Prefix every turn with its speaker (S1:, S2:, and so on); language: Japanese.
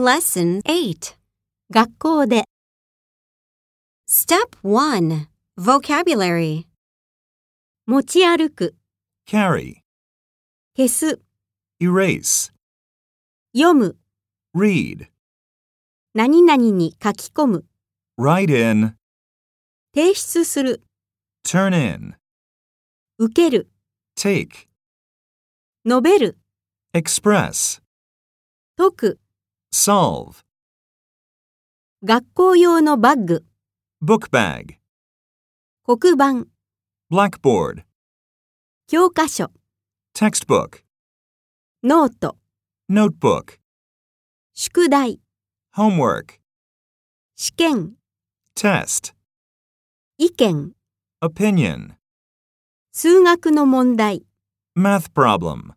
S1: Lesson 8.
S2: 学校で
S1: Step 1. Vocabulary.
S2: 持ち歩く、
S3: carry,
S2: 消す、
S3: erase,
S2: 読む、
S3: read,
S2: 何々に書き込む、
S3: write in,
S2: 提出する、
S3: turn in,
S2: 受ける、
S3: take,
S2: 述べる、
S3: express,
S2: 解く、
S3: solve,
S2: 学校用のバッグ、
S3: book bag,
S2: 黒板、
S3: blackboard,
S2: 教科書、
S3: textbook,
S2: ノート、
S3: notebook,
S2: 宿題、
S3: homework,
S2: 試験、
S3: test,
S2: 意見、
S3: opinion,
S2: 数学の問題。
S3: math problem.